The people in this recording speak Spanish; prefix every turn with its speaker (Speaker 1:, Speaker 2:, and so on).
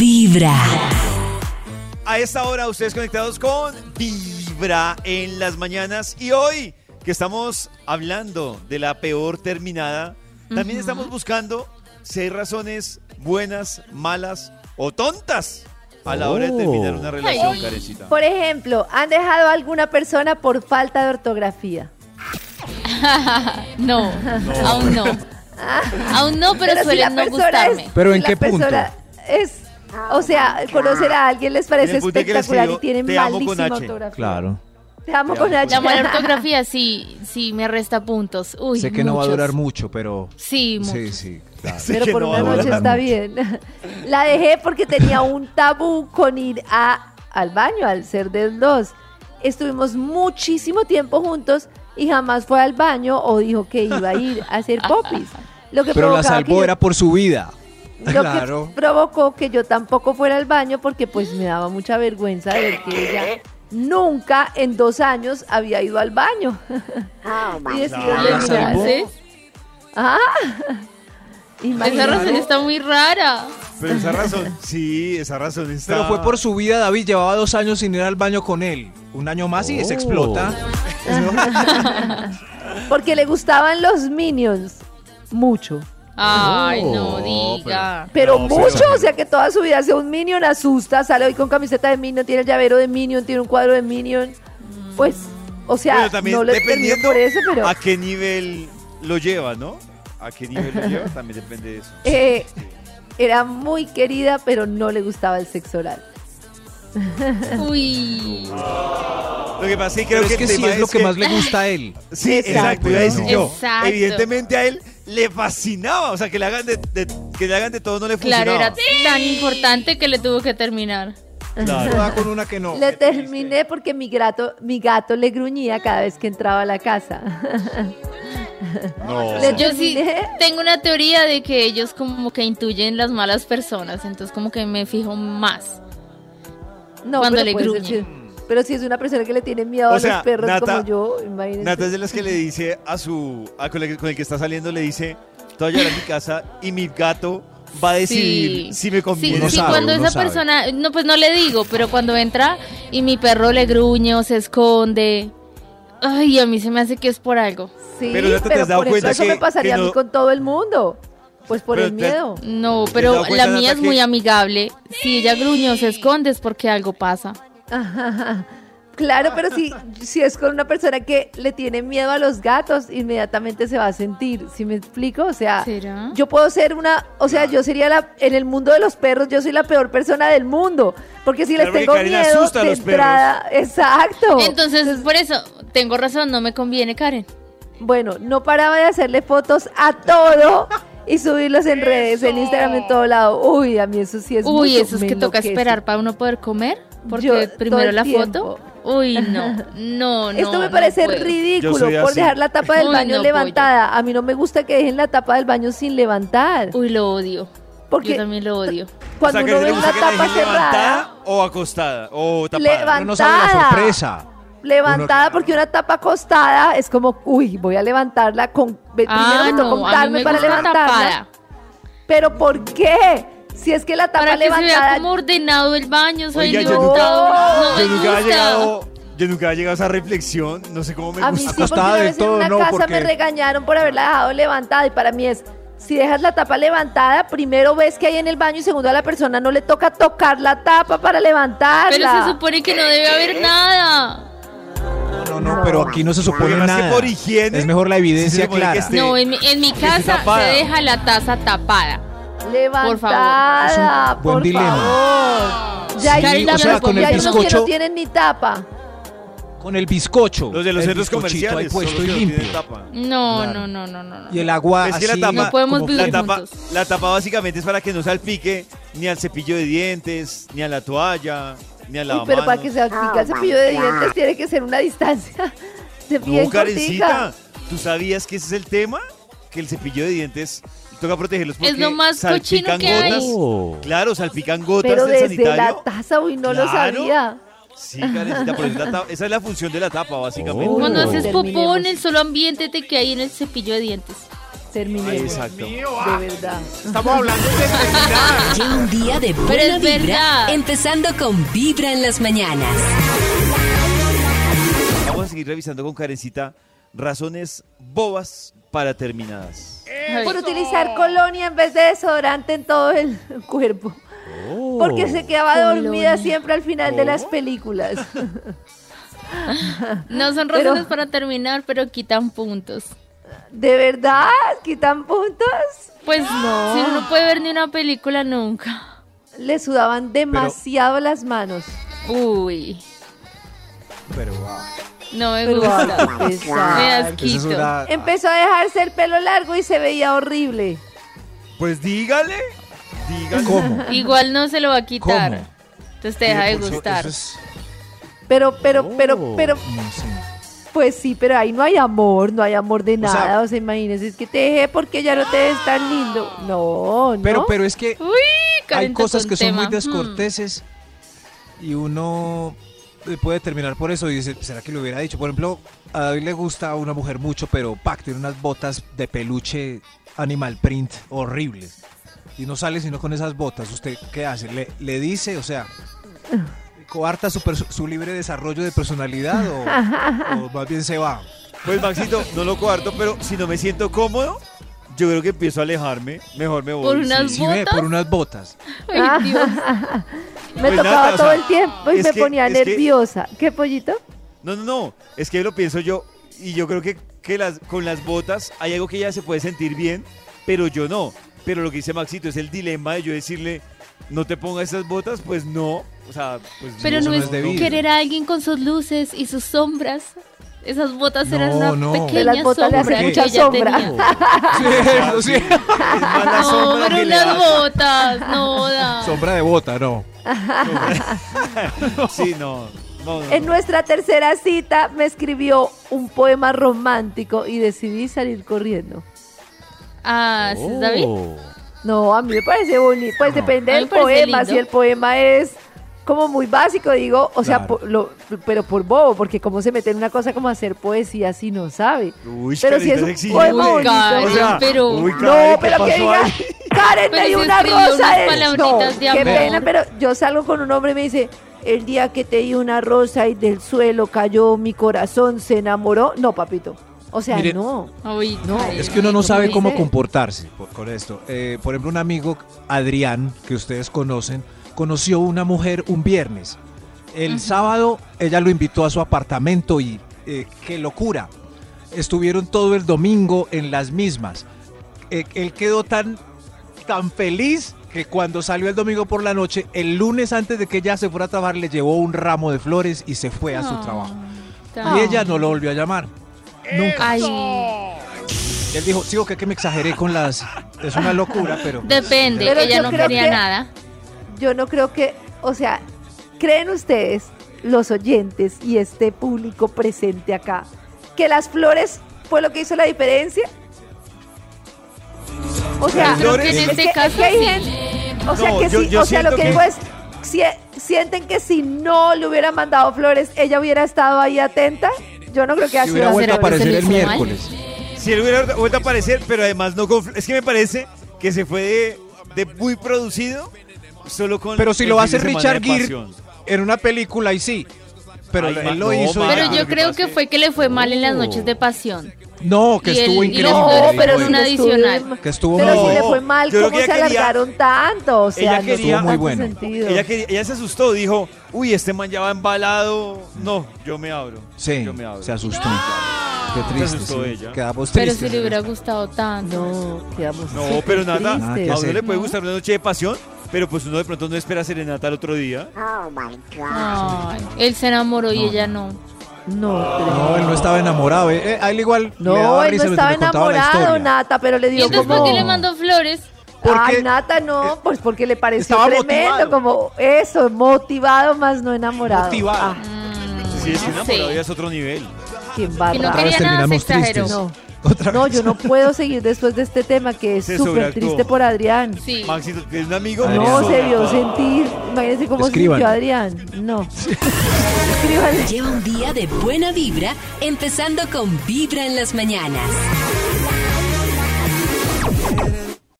Speaker 1: Vibra.
Speaker 2: A esta hora ustedes conectados con Vibra en las mañanas y hoy que estamos hablando de la peor terminada, también
Speaker 1: Ujú.
Speaker 2: estamos buscando si hay razones buenas, malas o tontas a la hora de terminar una relación, Karencita.
Speaker 3: Oh. Por ejemplo, ¿han dejado a alguna persona por falta de ortografía?
Speaker 4: No, aún no. Aún no, pero,
Speaker 3: si la
Speaker 4: suelen no
Speaker 3: persona es-
Speaker 4: gustarme.
Speaker 5: ¿Pero
Speaker 3: si
Speaker 5: en
Speaker 3: la
Speaker 5: qué punto?
Speaker 3: persona Es, o sea, conocer a alguien les
Speaker 2: En
Speaker 3: parece
Speaker 2: el punto en que les
Speaker 3: espectacular y
Speaker 2: digo,
Speaker 3: tienen
Speaker 2: te amo con
Speaker 3: malísima
Speaker 2: H.
Speaker 3: ortografía.
Speaker 5: Claro.
Speaker 3: Te amo con H.
Speaker 4: La mala ortografía sí, sí me resta puntos. Uy,
Speaker 5: sé que no va a
Speaker 4: muchos.
Speaker 5: durar mucho, pero.
Speaker 4: Sí,
Speaker 5: Sí,
Speaker 4: muchos.
Speaker 5: sí, claro.
Speaker 2: Sé
Speaker 3: Pero
Speaker 2: que
Speaker 3: por
Speaker 2: no va
Speaker 3: una
Speaker 2: a
Speaker 3: noche
Speaker 2: volar.
Speaker 3: está bien. La dejé porque tenía un tabú con ir a, al baño, al ser del dos. Estuvimos muchísimo tiempo juntos y jamás fue al baño o dijo que iba a ir a hacer popis. Lo que
Speaker 5: Pero la
Speaker 3: provocaba que
Speaker 5: salvó
Speaker 3: yo-
Speaker 5: era por su vida.
Speaker 3: Lo
Speaker 5: Claro.
Speaker 3: que provocó que yo tampoco fuera al baño porque pues me daba mucha vergüenza de ver que ella nunca en dos años había ido al baño. y decidió
Speaker 2: Claro.
Speaker 3: terminar.
Speaker 5: salvó.
Speaker 4: ¿Sí?
Speaker 3: Ah,
Speaker 4: ¿eh? Esa
Speaker 3: imagínate.
Speaker 4: razón está muy rara.
Speaker 2: Pero esa razón, sí, esa razón está...
Speaker 5: Pero fue por su vida, David. Llevaba dos años sin ir al baño con él. Un año más y se
Speaker 1: Oh.
Speaker 5: explota.
Speaker 3: Porque le gustaban los minions. Mucho.
Speaker 4: Ay, no,
Speaker 5: No,
Speaker 4: diga.
Speaker 3: Pero
Speaker 2: No,
Speaker 3: mucho,
Speaker 2: pero-
Speaker 3: o sea que toda su vida hace un minion, asusta, sale hoy con camiseta de minion, tiene el llavero de minion, tiene un cuadro de minion. Pues, o sea,
Speaker 2: Bueno, también
Speaker 3: no lo termino
Speaker 2: dependiendo
Speaker 3: por eso, pero...
Speaker 2: a qué nivel lo lleva, ¿no? A qué nivel lo lleva también depende de eso.
Speaker 3: Eh, era muy querida, pero no le gustaba el sexo oral.
Speaker 4: Uy.
Speaker 2: Lo que pasa es que creo
Speaker 5: Pero es
Speaker 2: que,
Speaker 5: que
Speaker 2: el
Speaker 5: sí
Speaker 2: tema
Speaker 5: es lo que más le gusta a él.
Speaker 2: Sí, exacto,
Speaker 3: Exacto.
Speaker 2: iba a decir yo.
Speaker 4: Exacto.
Speaker 2: Evidentemente a él le fascinaba, o sea, que le hagan de, de- que le hagan de todo no le
Speaker 4: Claro,
Speaker 2: funcionaba.
Speaker 4: era tan importante que le tuvo que terminar.
Speaker 5: Se
Speaker 2: Claro.
Speaker 5: va con una que no.
Speaker 3: le terminé porque mi gato, mi gato le gruñía cada vez que entraba a la casa.
Speaker 2: No.
Speaker 3: Le-
Speaker 4: Yo sí
Speaker 3: ¿Terminé?
Speaker 4: tengo una teoría de que ellos como que intuyen las malas personas, entonces como que me fijo más.
Speaker 3: No,
Speaker 4: Cuando
Speaker 3: pero
Speaker 4: le
Speaker 3: puede ser
Speaker 4: gruñe.
Speaker 3: que- pero si es una persona que le tiene miedo
Speaker 2: O
Speaker 3: a
Speaker 2: sea,
Speaker 3: los perros
Speaker 2: Nata-
Speaker 3: como yo, imagínense.
Speaker 2: Nata es de las que le dice a su a con, el, que- con el que está saliendo le dice, "Te voy a llevar a mi casa y mi gato va a decidir
Speaker 4: Sí.
Speaker 2: si me
Speaker 4: Sí,
Speaker 2: conviene."
Speaker 5: Uno
Speaker 4: sí,
Speaker 5: sabe,
Speaker 4: cuando
Speaker 5: uno
Speaker 4: esa
Speaker 5: sabe.
Speaker 4: persona, no pues no le digo, pero cuando entra y mi perro le gruñe o se esconde, ay, a mí se me hace que es por algo.
Speaker 3: Sí,
Speaker 2: pero
Speaker 3: pero,
Speaker 2: Nata, ¿te has dado
Speaker 3: por
Speaker 2: cuenta
Speaker 3: eso,
Speaker 2: que-
Speaker 3: eso me pasaría
Speaker 2: que
Speaker 3: a
Speaker 2: no-
Speaker 3: mí con todo el mundo. Pues por
Speaker 2: Pero
Speaker 3: el
Speaker 2: te-
Speaker 3: miedo.
Speaker 4: No,
Speaker 2: ¿Te has
Speaker 4: pero
Speaker 2: dado cuenta,
Speaker 4: la mía
Speaker 2: Nata,
Speaker 4: es
Speaker 2: que-
Speaker 4: muy amigable. Si ella gruñe o se esconde es porque algo pasa.
Speaker 3: Ajá. Claro, pero si, si es con una persona que le tiene miedo a los gatos, inmediatamente se va a sentir. ¿Sí me explico? O sea,
Speaker 4: ¿Será?
Speaker 3: Ah, yo puedo ser una, o sea, yo sería la, en el mundo de los perros, yo soy la peor persona del mundo. Porque si
Speaker 2: Claro, porque
Speaker 3: les tengo
Speaker 2: Karina
Speaker 3: miedo
Speaker 2: asusta a
Speaker 3: de
Speaker 2: los perros.
Speaker 3: entrada, exacto. pues
Speaker 4: Entonces, por eso tengo razón, no me conviene, Karen.
Speaker 3: Bueno, no paraba de hacerle fotos a todo y subirlos en redes, en Instagram, en todo lado. Uy, a mí eso sí es
Speaker 4: Uy,
Speaker 3: mucho,
Speaker 4: eso es
Speaker 3: me
Speaker 4: que toca
Speaker 3: enloquece.
Speaker 4: esperar para uno poder comer, porque
Speaker 3: Yo todo
Speaker 4: primero
Speaker 3: el
Speaker 4: la
Speaker 3: tiempo.
Speaker 4: foto. Uy, no, no, no.
Speaker 3: Esto me
Speaker 4: no
Speaker 3: parece
Speaker 4: puedo.
Speaker 2: Yo
Speaker 3: ridículo
Speaker 2: soy
Speaker 3: por
Speaker 2: así.
Speaker 3: dejar la tapa del
Speaker 4: Uy,
Speaker 3: baño
Speaker 4: no,
Speaker 3: levantada. A mí no me gusta que dejen la tapa del baño sin levantar.
Speaker 4: Uy, lo odio.
Speaker 3: Porque
Speaker 4: Yo también lo odio.
Speaker 3: cuando
Speaker 2: o sea, que
Speaker 3: uno
Speaker 2: le
Speaker 3: ve la
Speaker 2: gusta que la
Speaker 3: tapa
Speaker 2: dejen
Speaker 3: cerrada,
Speaker 2: levantada o acostada o tapada.
Speaker 3: Levan-
Speaker 5: Uno no sabe la
Speaker 3: levantada.
Speaker 5: sorpresa.
Speaker 3: levantada,
Speaker 5: Uno-
Speaker 3: porque una tapa acostada es como, uy, voy a levantarla con ve-
Speaker 4: Ah,
Speaker 3: Eh, primero me
Speaker 4: no, a
Speaker 3: tocó
Speaker 4: mí me
Speaker 3: untarme para
Speaker 4: gusta
Speaker 3: levantarla.
Speaker 4: tapada.
Speaker 3: Pero ¿por qué? Si es que la tapa
Speaker 4: Para que se vea
Speaker 3: levantada
Speaker 4: como ordenado el baño, soy
Speaker 2: Oiga, yo
Speaker 4: levantado.
Speaker 2: Yo
Speaker 4: No me
Speaker 2: nunca había
Speaker 4: gusta.
Speaker 2: llegado yo nunca había llegado a esa reflexión, no sé cómo me
Speaker 3: A
Speaker 2: gusta.
Speaker 3: mí sí, porque
Speaker 5: Acostada
Speaker 3: una
Speaker 5: del
Speaker 3: vez
Speaker 5: todo,
Speaker 3: en una
Speaker 5: no,
Speaker 3: casa
Speaker 5: porque-
Speaker 3: me regañaron por haberla dejado levantada y para mí es, si dejas la tapa levantada, primero ves que hay en el baño y segundo a la persona no le toca tocar la tapa para levantarla.
Speaker 4: Pero se supone que no debe haber nada.
Speaker 5: No, no, pero aquí no se supone
Speaker 2: Además que
Speaker 5: nada.
Speaker 2: por higiene,
Speaker 5: es mejor la
Speaker 2: se
Speaker 5: evidencia
Speaker 2: supone que
Speaker 5: clara.
Speaker 2: esté- Sí.
Speaker 4: No, en mi, en mi
Speaker 2: esté
Speaker 4: casa se
Speaker 2: tapada.
Speaker 4: deja la taza tapada.
Speaker 3: levantada,
Speaker 5: Es un
Speaker 3: por,
Speaker 5: buen dilema.
Speaker 3: favor. Ya hay,
Speaker 4: Sí,
Speaker 3: ya
Speaker 4: o sea,
Speaker 3: hay-
Speaker 4: con el
Speaker 3: ya hay unos que
Speaker 5: bizcocho-
Speaker 3: no tienen ni tapa.
Speaker 5: Con el bizcocho.
Speaker 2: Los de los
Speaker 5: el
Speaker 2: centros
Speaker 5: bizcochito ahí
Speaker 2: comerciales,
Speaker 5: puesto
Speaker 2: son
Speaker 5: y
Speaker 2: los que no tienen
Speaker 5: limpio.
Speaker 2: tapa.
Speaker 4: No,
Speaker 5: Claro.
Speaker 4: no, no, no, no, no.
Speaker 5: Y el agua
Speaker 2: Es
Speaker 5: así,
Speaker 2: que la tapa-
Speaker 4: No podemos
Speaker 5: como
Speaker 4: vivir
Speaker 2: La
Speaker 5: fluye.
Speaker 2: tapa,
Speaker 4: juntos.
Speaker 2: la tapa básicamente es para que no salpique ni al cepillo de dientes, ni a la toalla, ni a la
Speaker 3: Uy, pero para que se
Speaker 4: Ah,
Speaker 3: aplique el cepillo de dientes tiene que ser una distancia de bien
Speaker 2: No, Karencita,
Speaker 3: cortica.
Speaker 2: ¿tú sabías que ese es el tema? Que el cepillo de dientes toca protegerlos porque
Speaker 4: Es lo más cochino
Speaker 2: salpican
Speaker 4: que hay.
Speaker 2: gotas.
Speaker 5: Oh.
Speaker 2: Claro, salpican gotas
Speaker 3: Pero
Speaker 2: del
Speaker 3: desde la
Speaker 2: sanitario.
Speaker 3: taza, uy, no lo
Speaker 2: Claro.
Speaker 3: sabía.
Speaker 2: Sí, Karencita, por eso la tapa- esa es la función de la tapa básicamente.
Speaker 5: Oh.
Speaker 4: Cuando
Speaker 5: Uy,
Speaker 4: haces popó en
Speaker 3: terminemos.
Speaker 4: el solo ambiente te que hay en el cepillo de dientes.
Speaker 3: Terminemos.
Speaker 2: Exacto.
Speaker 3: De verdad.
Speaker 1: Estamos hablando de terminar.
Speaker 6: Lleva un día de
Speaker 4: Pero
Speaker 6: buena
Speaker 4: es
Speaker 6: vibra,
Speaker 4: verdad.
Speaker 6: empezando con Vibra en las mañanas.
Speaker 2: Vamos a seguir revisando con Karencita razones bobas para terminadas.
Speaker 4: Ay.
Speaker 3: Por utilizar colonia en vez de desodorante en todo el cuerpo.
Speaker 2: Oh.
Speaker 3: Porque se quedaba dormida
Speaker 4: Colonia.
Speaker 3: siempre al final de las películas.
Speaker 4: No son
Speaker 3: Pero-
Speaker 4: razones para terminar, pero quitan puntos.
Speaker 3: ¿De verdad? ¿Quitan puntos?
Speaker 4: Pues no. Si uno no puede ver ni una película nunca.
Speaker 3: Le sudaban demasiado las manos.
Speaker 4: Uy,
Speaker 5: Pero wow.
Speaker 4: no me
Speaker 3: Pero,
Speaker 4: gusta.
Speaker 3: ah, qué
Speaker 4: Me da
Speaker 3: pesar.
Speaker 2: Pues
Speaker 5: Esa es
Speaker 4: asquito.
Speaker 5: una-
Speaker 3: Empezó a dejarse el pelo largo y se veía horrible.
Speaker 2: Pues dígale, dígale.
Speaker 5: ¿Cómo?
Speaker 4: Igual no se lo va a quitar.
Speaker 5: ¿Cómo?
Speaker 4: Entonces te deja de
Speaker 5: Eso-
Speaker 4: gustar.
Speaker 5: eso es-
Speaker 3: Pero, pero, pero,
Speaker 5: Oh,
Speaker 3: pero,
Speaker 5: no sé.
Speaker 3: pues sí, pero ahí no hay amor, no hay amor de
Speaker 5: sea-
Speaker 3: nada. O sea, imagínense, es que te dejé porque ya no te ves tan lindo. No, no.
Speaker 5: Pero, pero es que
Speaker 4: Uy,
Speaker 5: hay
Speaker 4: Karen Hmm.
Speaker 5: cosas
Speaker 4: tocó
Speaker 5: que
Speaker 4: un
Speaker 5: son muy
Speaker 4: tema.
Speaker 5: descorteses y uno eh, puede terminar por eso y dice, ¿será que lo hubiera dicho? Por ejemplo, a David le gusta una mujer mucho, pero Pac tiene unas botas de peluche animal print horribles. Y no sale sino con esas botas. ¿Usted qué hace? ¿Le, le dice, o sea, coarta su, perso- su libre desarrollo de personalidad o, o más bien se va?
Speaker 2: Pues Maxito, no lo cuarto, pero si no me siento cómodo, yo creo que empiezo a alejarme. Mejor me voy.
Speaker 4: Por unas
Speaker 5: Si ve, por unas botas.
Speaker 4: Mm.
Speaker 3: Ah.
Speaker 4: Ay, Dios.
Speaker 3: me
Speaker 2: Pues
Speaker 3: tocaba
Speaker 2: nada, o
Speaker 3: todo
Speaker 2: sea,
Speaker 3: el tiempo y
Speaker 2: es
Speaker 3: me
Speaker 2: que-
Speaker 3: ponía
Speaker 2: es que-
Speaker 3: nerviosa. ¿Qué pollito?
Speaker 2: No, no, no. Es que lo pienso yo. Y yo creo que, que las, con las botas hay algo que ella se puede sentir bien, pero yo no. Pero lo que dice Maxito es el dilema de yo decirle, no te pongas esas botas, pues no. O sea, pues
Speaker 4: Pero
Speaker 5: eso
Speaker 4: no
Speaker 5: no
Speaker 4: es
Speaker 5: es debido.
Speaker 4: querer a alguien con sus luces y sus sombras. Esas botas eran
Speaker 5: No,
Speaker 4: una
Speaker 5: no.
Speaker 4: pequeña
Speaker 3: De las botas le
Speaker 4: sombra
Speaker 3: hacen
Speaker 4: que
Speaker 3: mucha
Speaker 4: ella
Speaker 3: sombra.
Speaker 4: tenía.
Speaker 5: Sí, lo sí.
Speaker 2: Es más la
Speaker 4: No,
Speaker 2: sombra
Speaker 4: pero
Speaker 2: que le
Speaker 4: unas
Speaker 2: hace.
Speaker 4: botas, no da.
Speaker 5: Sombra de bota, no.
Speaker 2: Sí, no. no, no,
Speaker 3: En
Speaker 2: no.
Speaker 3: nuestra tercera cita me escribió un poema romántico y decidí salir corriendo.
Speaker 4: Ah, ¿sí
Speaker 5: Oh.
Speaker 4: es David?
Speaker 3: No, a mí me parece bonito. Pues depende
Speaker 4: A mí
Speaker 3: del
Speaker 4: me parece
Speaker 3: poema.
Speaker 4: lindo.
Speaker 3: Si el poema es como muy básico, digo, o sea,
Speaker 5: Claro.
Speaker 3: po- lo- pero por bobo, porque cómo se mete en una cosa como hacer poesía si no sabe.
Speaker 2: Uy,
Speaker 3: pero
Speaker 2: Karen,
Speaker 3: si es
Speaker 2: estás
Speaker 3: un
Speaker 2: exigente.
Speaker 3: poema
Speaker 4: Uy,
Speaker 3: bonito.
Speaker 4: Karen,
Speaker 2: O sea,
Speaker 4: pero-
Speaker 2: uy, Karen,
Speaker 3: no,
Speaker 2: ¿qué
Speaker 3: pero que
Speaker 2: pasó
Speaker 3: diga,
Speaker 2: ahí?
Speaker 3: Karen,
Speaker 4: Pero
Speaker 3: me dio
Speaker 4: si
Speaker 3: una
Speaker 4: escribió
Speaker 3: rosa.
Speaker 4: unas
Speaker 3: de-".
Speaker 4: palabritas de
Speaker 3: No, qué
Speaker 4: amor.
Speaker 3: pena, pero yo salgo con un hombre y me dice, el día que te di una rosa y del suelo cayó mi corazón, se enamoró. No, papito. O sea,
Speaker 5: Mire,
Speaker 3: no.
Speaker 4: Ay, Karen,
Speaker 5: Es que uno no sabe cómo
Speaker 3: dice?
Speaker 5: comportarse por- con esto. Eh, por ejemplo, un amigo, Adrián, que ustedes conocen, conoció una mujer un viernes. El sábado ella lo invitó a su apartamento y eh, qué locura. Estuvieron todo el domingo en las mismas. Eh, él quedó tan, tan feliz que cuando salió el domingo por la noche, el lunes antes de que ella se fuera a trabajar, le llevó un ramo de flores y se fue a su
Speaker 4: Ah,
Speaker 5: trabajo.
Speaker 4: Karen.
Speaker 5: Y ella no lo volvió a llamar. Nunca.
Speaker 4: Ay,
Speaker 5: Y Él dijo, sí, ok, que me exageré con las... Es una locura, pero... pues,
Speaker 4: depende,
Speaker 3: Pero
Speaker 4: ella
Speaker 3: yo
Speaker 4: no
Speaker 3: creo
Speaker 4: quería
Speaker 3: que-
Speaker 4: nada.
Speaker 3: Yo no creo que, o sea, ¿creen ustedes, los oyentes y este público presente acá, que las flores fue lo que hizo la diferencia? O sea,
Speaker 2: Yo creo que en
Speaker 3: es
Speaker 4: este
Speaker 3: es
Speaker 4: caso
Speaker 3: hay
Speaker 4: sí.
Speaker 3: gente- o sea,
Speaker 2: No,
Speaker 3: que
Speaker 2: yo-
Speaker 3: sí,
Speaker 2: yo
Speaker 3: o sea, lo
Speaker 2: siento
Speaker 3: que
Speaker 2: que-
Speaker 3: digo es, si- sienten que si no le hubiera mandado flores, ella hubiera estado ahí atenta. Yo no creo que
Speaker 5: Si
Speaker 3: así
Speaker 5: hubiera
Speaker 4: ¿Será
Speaker 3: sido.
Speaker 5: vuelto a
Speaker 4: que se
Speaker 5: aparecer
Speaker 4: le
Speaker 5: el
Speaker 4: hizo mal?
Speaker 5: miércoles.
Speaker 2: Si él hubiera vuelto a aparecer, pero además no con... Es que me parece que se fue de, de muy producido solo con...
Speaker 5: Pero si
Speaker 2: el
Speaker 5: lo
Speaker 2: fin
Speaker 5: hace
Speaker 2: de semana
Speaker 5: Richard
Speaker 2: de
Speaker 5: Gere
Speaker 2: pasión.
Speaker 5: en una película, y sí. Pero
Speaker 2: Ay, ma-
Speaker 5: él lo
Speaker 2: no,
Speaker 5: hizo. y
Speaker 2: ma-
Speaker 5: ya.
Speaker 4: Pero
Speaker 2: lo
Speaker 4: yo
Speaker 2: que
Speaker 4: creo
Speaker 2: pasa
Speaker 4: que
Speaker 2: es-
Speaker 4: fue que le fue mal en las
Speaker 5: Oh.
Speaker 4: noches de pasión.
Speaker 5: No, que
Speaker 4: y el-
Speaker 5: estuvo
Speaker 4: y el
Speaker 5: increíble.
Speaker 4: flores
Speaker 3: No,
Speaker 5: dijo
Speaker 3: pero
Speaker 5: él.
Speaker 3: si
Speaker 4: una
Speaker 3: le estuvo-
Speaker 4: adicional.
Speaker 5: Que estuvo
Speaker 3: pero
Speaker 5: muy
Speaker 3: si le
Speaker 5: bueno.
Speaker 3: fue mal,
Speaker 2: yo creo
Speaker 3: ¿cómo
Speaker 2: que
Speaker 3: se
Speaker 2: ella quería-
Speaker 3: alargaron tanto? O sea,
Speaker 2: Ella
Speaker 3: no
Speaker 2: quería-
Speaker 3: tuvo
Speaker 5: Muy
Speaker 3: tanto
Speaker 5: bueno.
Speaker 3: sentido.
Speaker 2: Ella, quería- ella se asustó, dijo, uy, este man ya va embalado. No, yo me abro.
Speaker 5: Sí,
Speaker 2: yo me abro.
Speaker 5: se asustó. Qué
Speaker 2: Se
Speaker 5: triste.
Speaker 2: asustó
Speaker 5: sí.
Speaker 2: ella.
Speaker 5: Quedamos
Speaker 4: Pero
Speaker 5: tristes.
Speaker 4: si le hubiera gustado tanto.
Speaker 3: No, quedamos
Speaker 2: No, pero nada,
Speaker 5: Nada que
Speaker 2: a uno
Speaker 5: hacer.
Speaker 2: le puede gustar una noche de pasión, pero pues uno de pronto no espera serenata al otro día.
Speaker 4: Ah, Ay, él se enamoró y ella no.
Speaker 3: No, pero-
Speaker 5: No, él no estaba enamorado. Eh, a él igual. le
Speaker 3: No,
Speaker 5: daba
Speaker 3: él
Speaker 5: risa mientras
Speaker 3: no estaba
Speaker 5: le contaba la
Speaker 3: enamorado,
Speaker 5: historia.
Speaker 3: Nata, pero le
Speaker 4: ¿Y
Speaker 3: dio
Speaker 4: entonces por
Speaker 3: como...
Speaker 4: qué le mandó flores?
Speaker 5: Porque-
Speaker 3: Ay, Nata, no, pues porque le pareció
Speaker 5: Estaba
Speaker 3: tremendo,
Speaker 5: motivado.
Speaker 3: como eso, motivado más no enamorado.
Speaker 5: Motivado.
Speaker 3: Ah,
Speaker 2: Si es que
Speaker 4: no
Speaker 2: enamorado ya
Speaker 4: sé.
Speaker 2: es otro nivel.
Speaker 3: quién
Speaker 4: Y
Speaker 3: barra.
Speaker 4: no
Speaker 5: Otra vez
Speaker 4: quería nada, se
Speaker 5: terminamos
Speaker 4: exageró.
Speaker 5: tristes.
Speaker 3: Ah, No,
Speaker 5: Otra
Speaker 3: no,
Speaker 5: vez.
Speaker 3: yo no puedo seguir después de este tema que es
Speaker 2: Se
Speaker 3: súper
Speaker 2: sobreactuó.
Speaker 3: triste por Adrián.
Speaker 4: Sí.
Speaker 2: Maxito, ¿tienes un amigo?
Speaker 5: Adrián.
Speaker 3: No, se vio sentir, imagínense cómo se
Speaker 5: Escriban.
Speaker 3: sintió Adrián. No. Escriban.
Speaker 6: Lleva un día de buena vibra, empezando con Vibra en las mañanas.